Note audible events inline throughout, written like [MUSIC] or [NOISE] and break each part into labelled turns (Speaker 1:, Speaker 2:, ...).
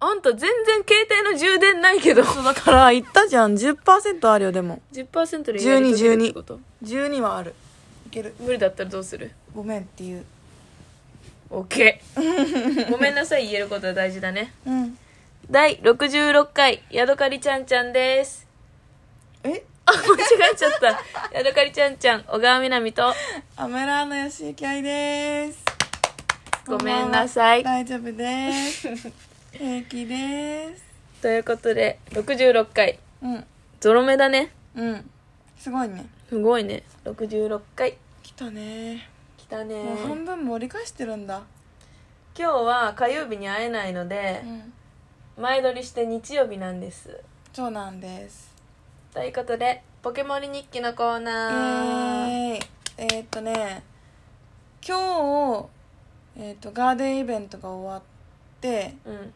Speaker 1: あんた全然携帯の充電ないけど。
Speaker 2: そうだから言ったじゃん10%あるよでも
Speaker 1: 10%で
Speaker 2: 12
Speaker 1: やり遂げるってこと
Speaker 2: 12はあるいける
Speaker 1: 無理だったらどうする
Speaker 2: ごめんっていう
Speaker 1: ?OK。ご [LAUGHS] めんなさい、言えることは大事だね。
Speaker 2: うん
Speaker 1: 第66回、ヤドカリちゃんちゃんです。
Speaker 2: え
Speaker 1: あ、間違えちゃった。ヤドカリちゃんちゃん、小川みなみと、
Speaker 2: アメラーの吉行愛です
Speaker 1: ごめんなさい。
Speaker 2: 大丈夫です。平気です。
Speaker 1: ということで、66回、
Speaker 2: うん。
Speaker 1: ゾロ目だね。
Speaker 2: うん。すごいね。
Speaker 1: すごいね。66回、
Speaker 2: 来たね。
Speaker 1: 来たね。
Speaker 2: もう半分盛り返してるんだ。
Speaker 1: 今日は火曜日に会えないので、
Speaker 2: ん。
Speaker 1: 前撮りして日曜日なんです。
Speaker 2: そうなんです。
Speaker 1: ということで、ポケモリ日記のコー
Speaker 2: え
Speaker 1: ナー。
Speaker 2: ーい、えーっとね、今日、えーっと、ガーデンイベントが終わって、
Speaker 1: うん。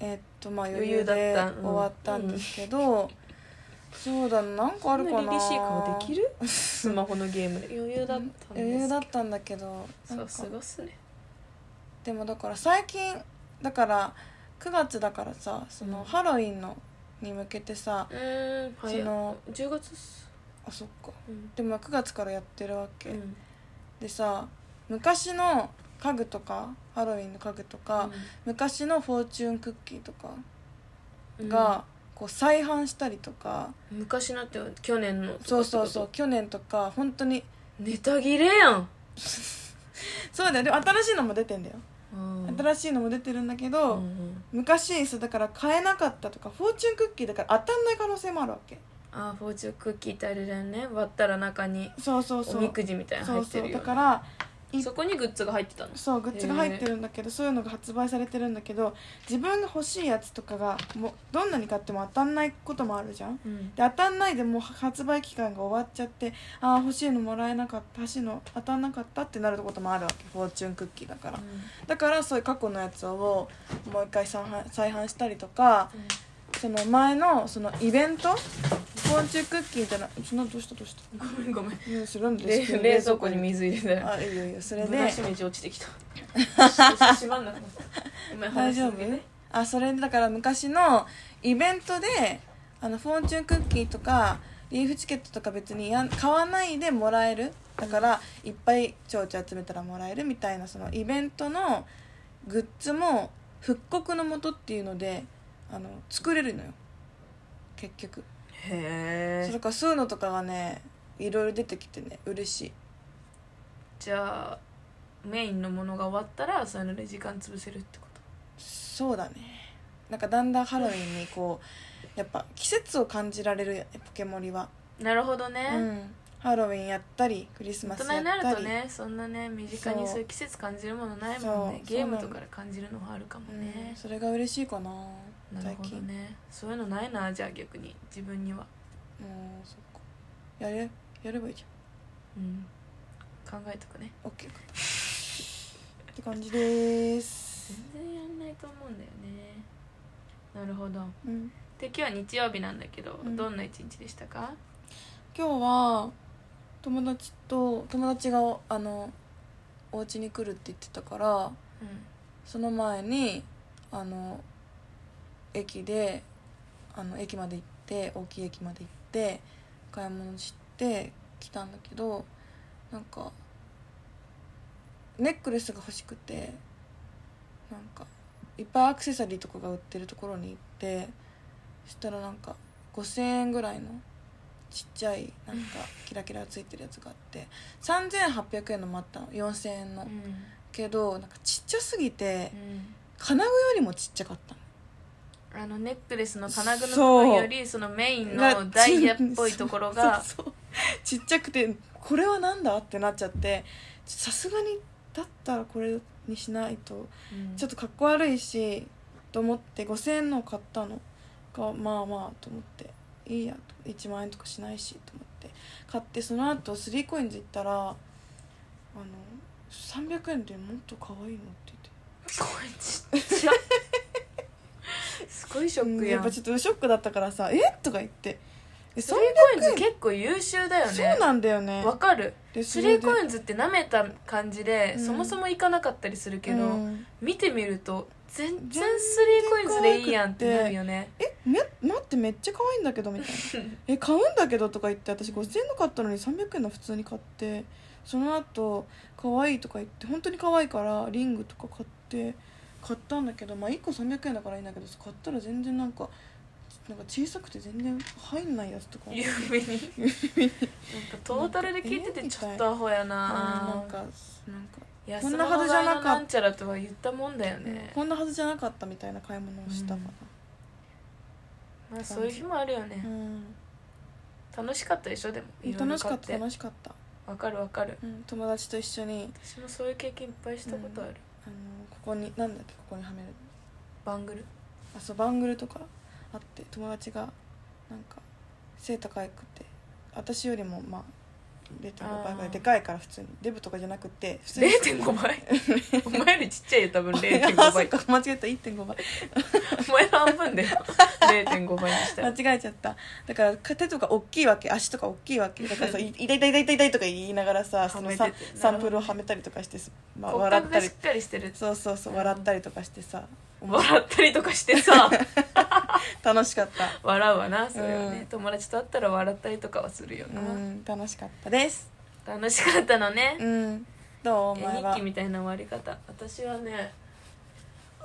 Speaker 2: えーっと、まあ余
Speaker 1: 余
Speaker 2: 裕
Speaker 1: 裕だった
Speaker 2: で
Speaker 1: うん
Speaker 2: 終わったんですけど、そうだな、なんかあるかな。
Speaker 1: る
Speaker 2: [LAUGHS]
Speaker 1: スマホのゲームで。余裕だったんです
Speaker 2: 余裕だったんだけど、な
Speaker 1: さ
Speaker 2: んか
Speaker 1: すがっすね。
Speaker 2: でもだから最近だから9月だからさその
Speaker 1: うん
Speaker 2: ハロウィンのに向けてさ
Speaker 1: うーん、はい。
Speaker 2: その
Speaker 1: 10月っす。
Speaker 2: あそっか
Speaker 1: うん。
Speaker 2: でも9月からやってるわけ、
Speaker 1: うん
Speaker 2: でさ昔の家具とかハロウィンの家具とか、昔のフォーチュンクッキーとか
Speaker 1: うん
Speaker 2: が、こう再販したりとか、
Speaker 1: うん昔なって去年のとかってこ
Speaker 2: そ
Speaker 1: と
Speaker 2: うそうそう去年とか本当に
Speaker 1: ネタ切れやん、
Speaker 2: そうだよでも新しいのも出てんだよ、
Speaker 1: うん
Speaker 2: 新しいのも出てるんだけ
Speaker 1: う
Speaker 2: ど、
Speaker 1: ん
Speaker 2: 昔そうだから買えなかったとかフォーチュンクッキーだから当たんない可能性もあるわけ
Speaker 1: あーフォーチュンクッキーってあれだよね割ったら中に
Speaker 2: そうそう
Speaker 1: お
Speaker 2: そう
Speaker 1: みくじみたいなの入
Speaker 2: そ
Speaker 1: っ
Speaker 2: う
Speaker 1: て
Speaker 2: そ
Speaker 1: る
Speaker 2: う
Speaker 1: よ、
Speaker 2: だ
Speaker 1: ね、
Speaker 2: から
Speaker 1: そこにグッズが入ってたの
Speaker 2: そうグッズが入ってるんだけどそういうのが発売されてるんだけど自分が欲しいやつとかがもうどんなに買っても当たんないこともあるじゃんで
Speaker 1: うん
Speaker 2: 当たんないでもう発売期間が終わっちゃってああ欲しいのもらえなかった欲しいの当たんなかったってなることもあるわけフォーチュンクッキーだからだからそういう過去のやつをもう一回再販再販したりとかその前のそのイベントフォーチュンクッキーみたいなそんなどうしたどうした
Speaker 1: ごめんごめん
Speaker 2: うんするんです [LAUGHS]
Speaker 1: 冷
Speaker 2: けど
Speaker 1: 冷蔵庫に水入れたら
Speaker 2: あいいよいいよそれ
Speaker 1: ぶ
Speaker 2: で
Speaker 1: なしめじ落ちてきた
Speaker 2: [LAUGHS]
Speaker 1: 閉まんなくなったごめん
Speaker 2: 大
Speaker 1: 話し
Speaker 2: 丈夫
Speaker 1: 続けて
Speaker 2: あそれでだから昔のイベントであのフォーチュンクッキーとかリーフチケットとか別にやん買わないでもらえるだからいっぱい蝶々集めたらもらえるみたいなそのイベントのグッズも復刻のもとっていうのであの作れるのよ結局
Speaker 1: へ
Speaker 2: そ
Speaker 1: え
Speaker 2: れからそういうのとかがねいろいろ出てきてね嬉しい
Speaker 1: じゃあメインのものが終わったらそういうので時間潰せるってこと
Speaker 2: そうだねなんかだんだんハロウィンにこうやっぱ季節を感じられるよねポケモリは
Speaker 1: なるほどね、
Speaker 2: うん、ハロウィンやったりクリスマ
Speaker 1: 大
Speaker 2: ス
Speaker 1: 人
Speaker 2: や
Speaker 1: にな
Speaker 2: った
Speaker 1: ると
Speaker 2: り、
Speaker 1: ねそんなね身近にそういう季節感じるものないもんね
Speaker 2: そう
Speaker 1: ゲームと
Speaker 2: そうな
Speaker 1: かで
Speaker 2: の
Speaker 1: 感じるのはあるかも
Speaker 2: うん
Speaker 1: ね、
Speaker 2: それが嬉しいかな
Speaker 1: なる
Speaker 2: 最
Speaker 1: ほど
Speaker 2: 近、
Speaker 1: ねそういうのないなじゃあ逆に自分には
Speaker 2: もうそっかやれやればいいじ
Speaker 1: うん考えとくね
Speaker 2: ゃん OK かって感じです、
Speaker 1: 全然やんないと思うんだよねなるほど
Speaker 2: うん、
Speaker 1: で今日は日曜日なんだけど、
Speaker 2: うん
Speaker 1: どんな一日でしたか
Speaker 2: 今日は友達と友達があのお家に来るって言ってたから
Speaker 1: うん
Speaker 2: その前にあの駅であの駅まで行って大きい駅まで行って買い物して来たんだけどなんかネックレスが欲しくてなんかいっぱいアクセサリーとかが売ってるところに行ってそしたらなんか5,000円ぐらいのちっちゃいなんかキラキラついてるやつがあって3,800円のもあったの4,000円の
Speaker 1: う。ん
Speaker 2: けどなんかちっちゃすぎて
Speaker 1: うん
Speaker 2: 金具よりもちっちゃかった
Speaker 1: あのネックレスの金具の部
Speaker 2: そう
Speaker 1: 分よりそのメイン
Speaker 2: が
Speaker 1: のダイヤっぽいところが
Speaker 2: [LAUGHS] そうそうちっちゃくてこれはなんだってなっちゃってちょさすがにだったらこれにしないと
Speaker 1: うん
Speaker 2: ちょっとかっこ悪いしと思って5000円のを買ったのがまあまあと思っていいやと1万円とかしないしと思って買ってその後スリーコインズ行ったらあの300円でもっと可愛いのって言って
Speaker 1: 声ちっちゃすごいショック
Speaker 2: うん
Speaker 1: や
Speaker 2: や
Speaker 1: ん
Speaker 2: っぱちょっとショックだったからさ「えとか言って「え
Speaker 1: ス
Speaker 2: そ
Speaker 1: リ
Speaker 2: う
Speaker 1: ーコインズ結構優秀だよね
Speaker 2: そうなんだよね
Speaker 1: わかる
Speaker 2: で
Speaker 1: スリーコイ
Speaker 2: ン
Speaker 1: ンズって舐めた感じで、
Speaker 2: うん
Speaker 1: そもそも行かなかったりするけど、見てみると全然
Speaker 2: 全然
Speaker 1: 3COINS でいいやんってなるよね [LAUGHS]
Speaker 2: えめ待ってめっちゃ可愛いんだけどみたいなえ買うんだけどとか言って私5000円の買ったのに300円の普通に買ってその後可愛いとか言って本当に可愛いからリングとか買って買ったんだけどまあ1個300円だからいいんだけど買ったら全然なんかなんか小さくて全然入んないやつとか
Speaker 1: 有名
Speaker 2: [LAUGHS]
Speaker 1: になんかトータルで聞いててちょっとアホや
Speaker 2: うんな
Speaker 1: なん
Speaker 2: かなんか
Speaker 1: いや
Speaker 2: こ
Speaker 1: そ
Speaker 2: ん
Speaker 1: の
Speaker 2: なはずじゃなかった
Speaker 1: んちゃらとは言ったもんだよね、
Speaker 2: こんなはずじゃなかったみたいな買い物をしたか
Speaker 1: まあ、そういう日もあるよね、
Speaker 2: な、
Speaker 1: 楽しかったでしょでも
Speaker 2: うん、
Speaker 1: いろいろ
Speaker 2: 楽しか
Speaker 1: 買
Speaker 2: った楽しかった、
Speaker 1: わかるわかる
Speaker 2: うん、友達と一緒に
Speaker 1: 私もそういう経験いっぱいしたことある、
Speaker 2: あのここになんだっけここにはめる
Speaker 1: バングル
Speaker 2: あそうバングルとかあって友達がなんか背高くて私よりもまあ0.5倍ぐ
Speaker 1: あ
Speaker 2: らい
Speaker 1: ー
Speaker 2: でかいから普通にデブとかじゃなくて普通に
Speaker 1: 0.5倍
Speaker 2: [LAUGHS]
Speaker 1: お前よりちっちゃいよ多分
Speaker 2: あ
Speaker 1: 0.5
Speaker 2: そっ
Speaker 1: 倍
Speaker 2: か間違えた1.5倍
Speaker 1: お前の半分だよ0.5倍にしたら
Speaker 2: 間違えちゃっただから手とか大きいわけ足とか大きいわけだか
Speaker 1: [LAUGHS]
Speaker 2: らそうい痛い痛い痛い痛い痛いとか言いながらさその
Speaker 1: は
Speaker 2: さ
Speaker 1: めてて
Speaker 2: サンプルをはめたりとかして、 [LAUGHS] まあ、
Speaker 1: 骨
Speaker 2: 笑っ
Speaker 1: 格
Speaker 2: た
Speaker 1: が
Speaker 2: り
Speaker 1: しっかりしてる
Speaker 2: そうそうそう笑ったりとかしてさ
Speaker 1: 笑ったりとかしてさ
Speaker 2: 楽しかった
Speaker 1: 笑うわなそれはね、
Speaker 2: うん
Speaker 1: 友達と会ったら笑ったりとかはするよ
Speaker 2: う
Speaker 1: な、
Speaker 2: ん楽しかったです
Speaker 1: 楽しかったのね、
Speaker 2: うんどうお
Speaker 1: え
Speaker 2: 前
Speaker 1: 日
Speaker 2: は
Speaker 1: 記みたいな終わり方私はね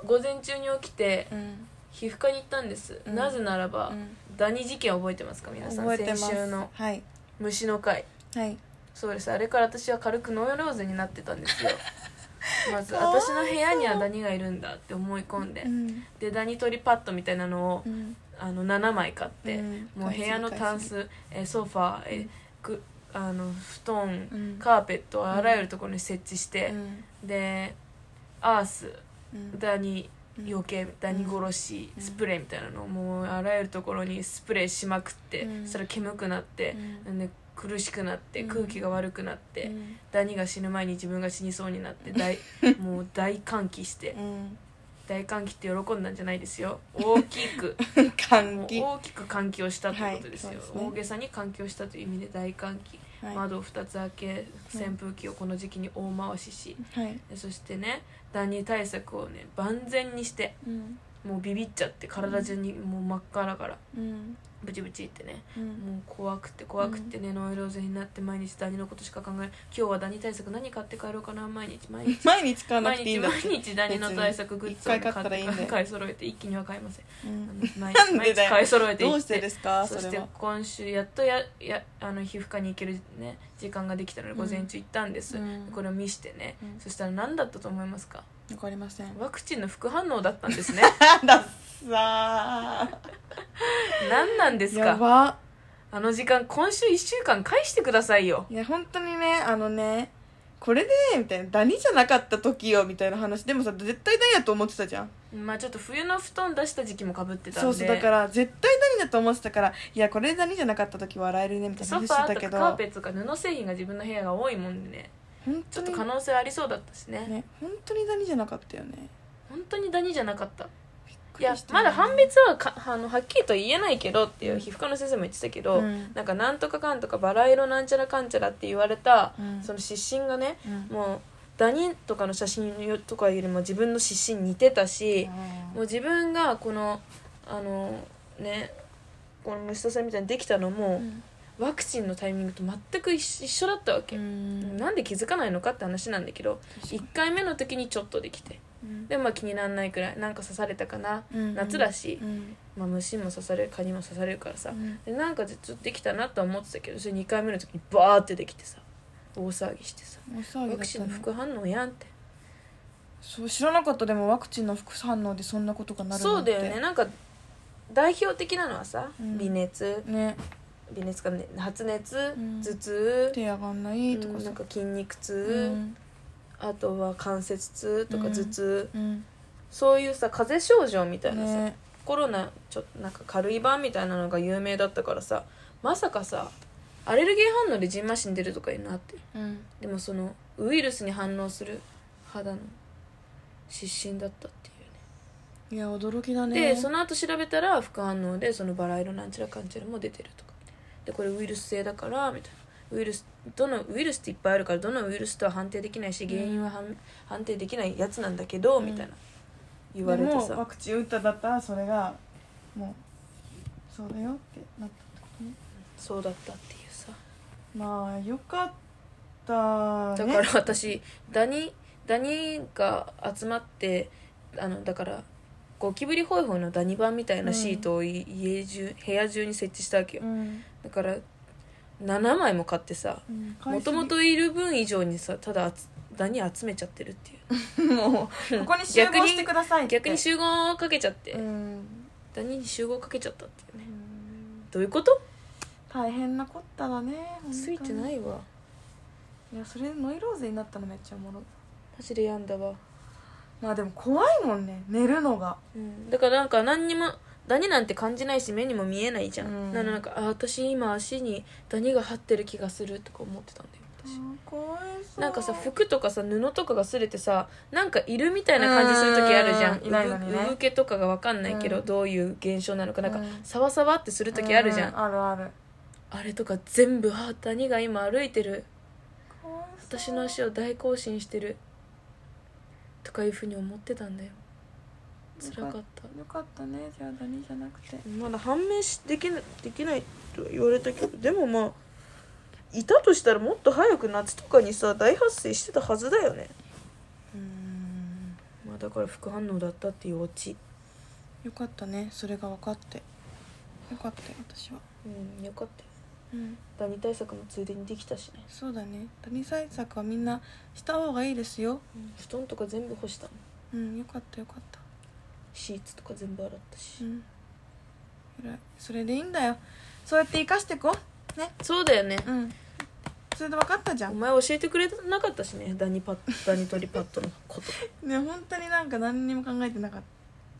Speaker 1: 午前中に起きて
Speaker 2: うん
Speaker 1: 皮膚科に行ったんです、
Speaker 2: うん
Speaker 1: なぜならば、
Speaker 2: うん
Speaker 1: ダニ事件覚えてますか皆さん
Speaker 2: 覚えてます
Speaker 1: 先週の
Speaker 2: はい
Speaker 1: 虫の会
Speaker 2: はい
Speaker 1: そうですあれから私は軽くノイローゼになってたんです
Speaker 2: [LAUGHS]
Speaker 1: よまず
Speaker 2: かわい
Speaker 1: 私
Speaker 2: そう
Speaker 1: の部屋にはダニがいるんだって思い込んで、
Speaker 2: うん
Speaker 1: でダニ取りパッドみたいなのを
Speaker 2: うん
Speaker 1: あの7枚買って、
Speaker 2: うん
Speaker 1: もう部屋のタンスえーソファーえー
Speaker 2: うん
Speaker 1: くあの布団、
Speaker 2: うん
Speaker 1: カーペットをあらゆるところに設置して
Speaker 2: う、ん
Speaker 1: でアース
Speaker 2: うん
Speaker 1: ダニ
Speaker 2: うん
Speaker 1: 余計ダニ殺し、
Speaker 2: うん
Speaker 1: スプレーみたいなのをもうあらゆるところにスプレーしまくって、
Speaker 2: うん
Speaker 1: そしたら煙くなって、
Speaker 2: うん
Speaker 1: で苦しくなって
Speaker 2: うん
Speaker 1: 空気が悪くなって、
Speaker 2: うん
Speaker 1: ダニが死ぬ前に自分が死にそうになって
Speaker 2: [LAUGHS]
Speaker 1: 大もう大歓喜して
Speaker 2: うん
Speaker 1: 大歓喜って喜んだんじゃないです
Speaker 2: [LAUGHS]
Speaker 1: よ大きくも
Speaker 2: 歓
Speaker 1: う
Speaker 2: 喜
Speaker 1: 大きく換気をしたってことですよ、
Speaker 2: はいそうですね
Speaker 1: 大げさに換気をしたという意味で大歓喜、
Speaker 2: はい
Speaker 1: 窓を2つ開け扇風機をこの時期に大回しし、
Speaker 2: はい
Speaker 1: でそしてねダニ対策をね万全にして
Speaker 2: うん
Speaker 1: もうビビっちゃって体中にもう真っ赤だから
Speaker 2: うん
Speaker 1: ブチブチってね
Speaker 2: うん
Speaker 1: もう怖くて怖くてね、ノイローゼになって毎日ダニのことしか考えない今日はダニ対策何買って帰ろうかな毎日毎日
Speaker 2: 毎 [LAUGHS] 日買わな
Speaker 1: 毎
Speaker 2: くていい
Speaker 1: 日
Speaker 2: んだ
Speaker 1: 毎日ダニの対策グッズを
Speaker 2: 一回買ったらいいんだよ
Speaker 1: 買って買い揃えて一気には買いま
Speaker 2: [LAUGHS]
Speaker 1: せん
Speaker 2: うん
Speaker 1: あの毎
Speaker 2: なん
Speaker 1: 日
Speaker 2: で
Speaker 1: 毎
Speaker 2: だ
Speaker 1: 日
Speaker 2: よ
Speaker 1: 買い揃えてい
Speaker 2: どう
Speaker 1: っ
Speaker 2: して
Speaker 1: て
Speaker 2: ですか
Speaker 1: そ
Speaker 2: そ
Speaker 1: し
Speaker 2: れ
Speaker 1: て
Speaker 2: は
Speaker 1: 今週やっとややあの皮膚科に行けるね時間ができたので午前中行ったんです、
Speaker 2: うん
Speaker 1: これを見してね、
Speaker 2: うん
Speaker 1: そしたら何だったと思いますか
Speaker 2: わかりません
Speaker 1: ワクチンの副反応だったんです
Speaker 2: [LAUGHS]
Speaker 1: ね
Speaker 2: あだっさ
Speaker 1: 何なんで
Speaker 2: ー
Speaker 1: す
Speaker 2: や
Speaker 1: か
Speaker 2: ば
Speaker 1: あの時間今週1週間返してくださいよ
Speaker 2: いや本当にねあのねこれでみたいなダニじゃなかった時よみたいな話でもさ絶対ダニだと思ってたじゃん
Speaker 1: まあちょっと冬の布団出した時期もかぶってたんで
Speaker 2: そうそうだから絶対ダニだと思ってたからいやこれでダニじゃなかった時笑えるねみたい
Speaker 1: ソ
Speaker 2: な
Speaker 1: フ
Speaker 2: 話し
Speaker 1: ァ
Speaker 2: て
Speaker 1: ー
Speaker 2: たけ
Speaker 1: と
Speaker 2: ど
Speaker 1: かカーペットとか布製品が自分の部屋が多いもんでね
Speaker 2: 本
Speaker 1: ち
Speaker 2: 当
Speaker 1: ょっ
Speaker 2: に
Speaker 1: と可能性ありそうだったしね
Speaker 2: ね本当にダニじゃなかったよね
Speaker 1: 本当にダニじゃなかった
Speaker 2: びっく
Speaker 1: い
Speaker 2: り
Speaker 1: や
Speaker 2: した
Speaker 1: まだ判別はかあのはっきりと言えないけどっていううん皮膚科の先生も言ってたけど、
Speaker 2: うん
Speaker 1: なんかなんとかかんとかバラ色なんちゃらかんちゃらって言われた、
Speaker 2: うん
Speaker 1: その湿疹がね
Speaker 2: うん
Speaker 1: もうダニとかの写真とかよりも自分の湿疹似てたし、
Speaker 2: あー
Speaker 1: もう自分がこのあのねこの虫刺されみたいにできたのも、ワクチンのタイミングと全く一緒一緒だったわ
Speaker 2: う
Speaker 1: け、
Speaker 2: ん
Speaker 1: なんで気づかないのかって話なんだけど
Speaker 2: 確かに
Speaker 1: 1回目の時にちょっとできて
Speaker 2: うん
Speaker 1: でもまあ気にならないくらいなんか刺されたかな、
Speaker 2: うん
Speaker 1: 夏だし
Speaker 2: う、ん
Speaker 1: まあ、虫も刺される蚊にも刺されるからさ、
Speaker 2: うん
Speaker 1: でなんかずっとできたなとは思ってたけどそれ2回目の時にバーってできてさ大騒ぎしてさ
Speaker 2: お騒ぎだ
Speaker 1: ワ
Speaker 2: っ
Speaker 1: クチン
Speaker 2: た
Speaker 1: の
Speaker 2: ね
Speaker 1: 副反応やんって
Speaker 2: そう知らなかったでもワクチンの副反応でそんなことがなる
Speaker 1: そ
Speaker 2: な
Speaker 1: うんだ
Speaker 2: て
Speaker 1: よねなんか代表的なのはさ、
Speaker 2: うん
Speaker 1: 微熱
Speaker 2: ね
Speaker 1: 微熱か、ね、発熱、
Speaker 2: ん
Speaker 1: 頭痛、
Speaker 2: 手上がんないと
Speaker 1: う
Speaker 2: か
Speaker 1: んな
Speaker 2: さ
Speaker 1: んか筋肉
Speaker 2: う
Speaker 1: 痛、
Speaker 2: ん
Speaker 1: あとは関節痛とか
Speaker 2: うん
Speaker 1: 頭痛、
Speaker 2: うん
Speaker 1: そういうさ風邪症状みたいなさ、
Speaker 2: ね
Speaker 1: コロナちょっとなんか軽い版みたいなのが有名だったからさまさかさアレルギー反応でジンマシン出るとかいうのあって
Speaker 2: うん
Speaker 1: でもそのウイルスに反応する肌の湿疹だったっていうね
Speaker 2: いや驚きだね
Speaker 1: でその後調べたら副反応でそのバラ色なんちゃらかんちゃらも出てるとかでこれウイルス性だからみたいなウイルスどのウイルスっていっぱいあるからどのウイルスとは判定できないし原因ははん判定できないやつなんだけど、みたいな言われて
Speaker 2: でもワ
Speaker 1: さ
Speaker 2: クチン打っただったらそれがもうそうだよってなった
Speaker 1: そうだったっていうさ
Speaker 2: まあよかった、
Speaker 1: だ
Speaker 2: ね、
Speaker 1: から私ダニダニが集まってあのだからゴキブリホイホイのダニ版みたいなシートをい家中部屋中に設置したわけよ
Speaker 2: うん
Speaker 1: だから7枚も買ってさ
Speaker 2: うん
Speaker 1: もともといる分以上にさただ集ダニ集めちゃってるっていう
Speaker 2: もう [LAUGHS] ここに集合してくださいって
Speaker 1: 逆に集合かけちゃって、
Speaker 2: うん
Speaker 1: ダニに集合かけちゃったっていう
Speaker 2: う
Speaker 1: ね
Speaker 2: ん
Speaker 1: どういうこと
Speaker 2: 大変なこっただね
Speaker 1: ついてないいわ
Speaker 2: いやそれでノイローゼになったのめっちゃおもろい
Speaker 1: マジで病んだわ、
Speaker 2: まあでも怖いもんね寝るのが
Speaker 1: だからなんか何にもダニなんて感じないし目にも見えないじゃん、
Speaker 2: うん
Speaker 1: なのなんかあ私今足にダニが張ってる気がするとか思ってたんだよ私
Speaker 2: あ怖いそう
Speaker 1: なんかさ服とかさ布とかが擦れてさなんかいるみたいな感じする時あるじゃん
Speaker 2: うんいないのにね
Speaker 1: うぶけとかが分かんないけど、
Speaker 2: うん
Speaker 1: どういう現象なのかなんか
Speaker 2: うん
Speaker 1: サワサワってする時あるじゃん、
Speaker 2: うあるある
Speaker 1: あれとか全部あダニが今歩いてる
Speaker 2: 怖いそう
Speaker 1: 私の足を大行進してるとかいうふうに思ってたんだよ辛かった
Speaker 2: よかったねじゃあダニじゃなくて
Speaker 1: まだ判明しできなできないと言われたけどでもまあいたとしたらもっと早く夏とかにさ大発生してたはずだよね、
Speaker 2: うん
Speaker 1: まあ、だから副反応だったっていうオチ
Speaker 2: よかったねそれが分かってよかったよ私は
Speaker 1: うんよかったよ
Speaker 2: うん
Speaker 1: ダニ対策もついでにできたしね、
Speaker 2: そうだねダニ対策はみんなした方がいいですよ
Speaker 1: 布団とか全部干したの
Speaker 2: うんよかったよかった
Speaker 1: シーツとか全部洗ったし、
Speaker 2: うん偉いそれでいいんだよそうやって生かしてこ
Speaker 1: そうだよね
Speaker 2: ううんそれで分かったじゃ
Speaker 1: お
Speaker 2: ん
Speaker 1: 前教えてくれなかったしねダニパッダニ取りパッドのこと
Speaker 2: ね本当になんか何にも考えてなかっ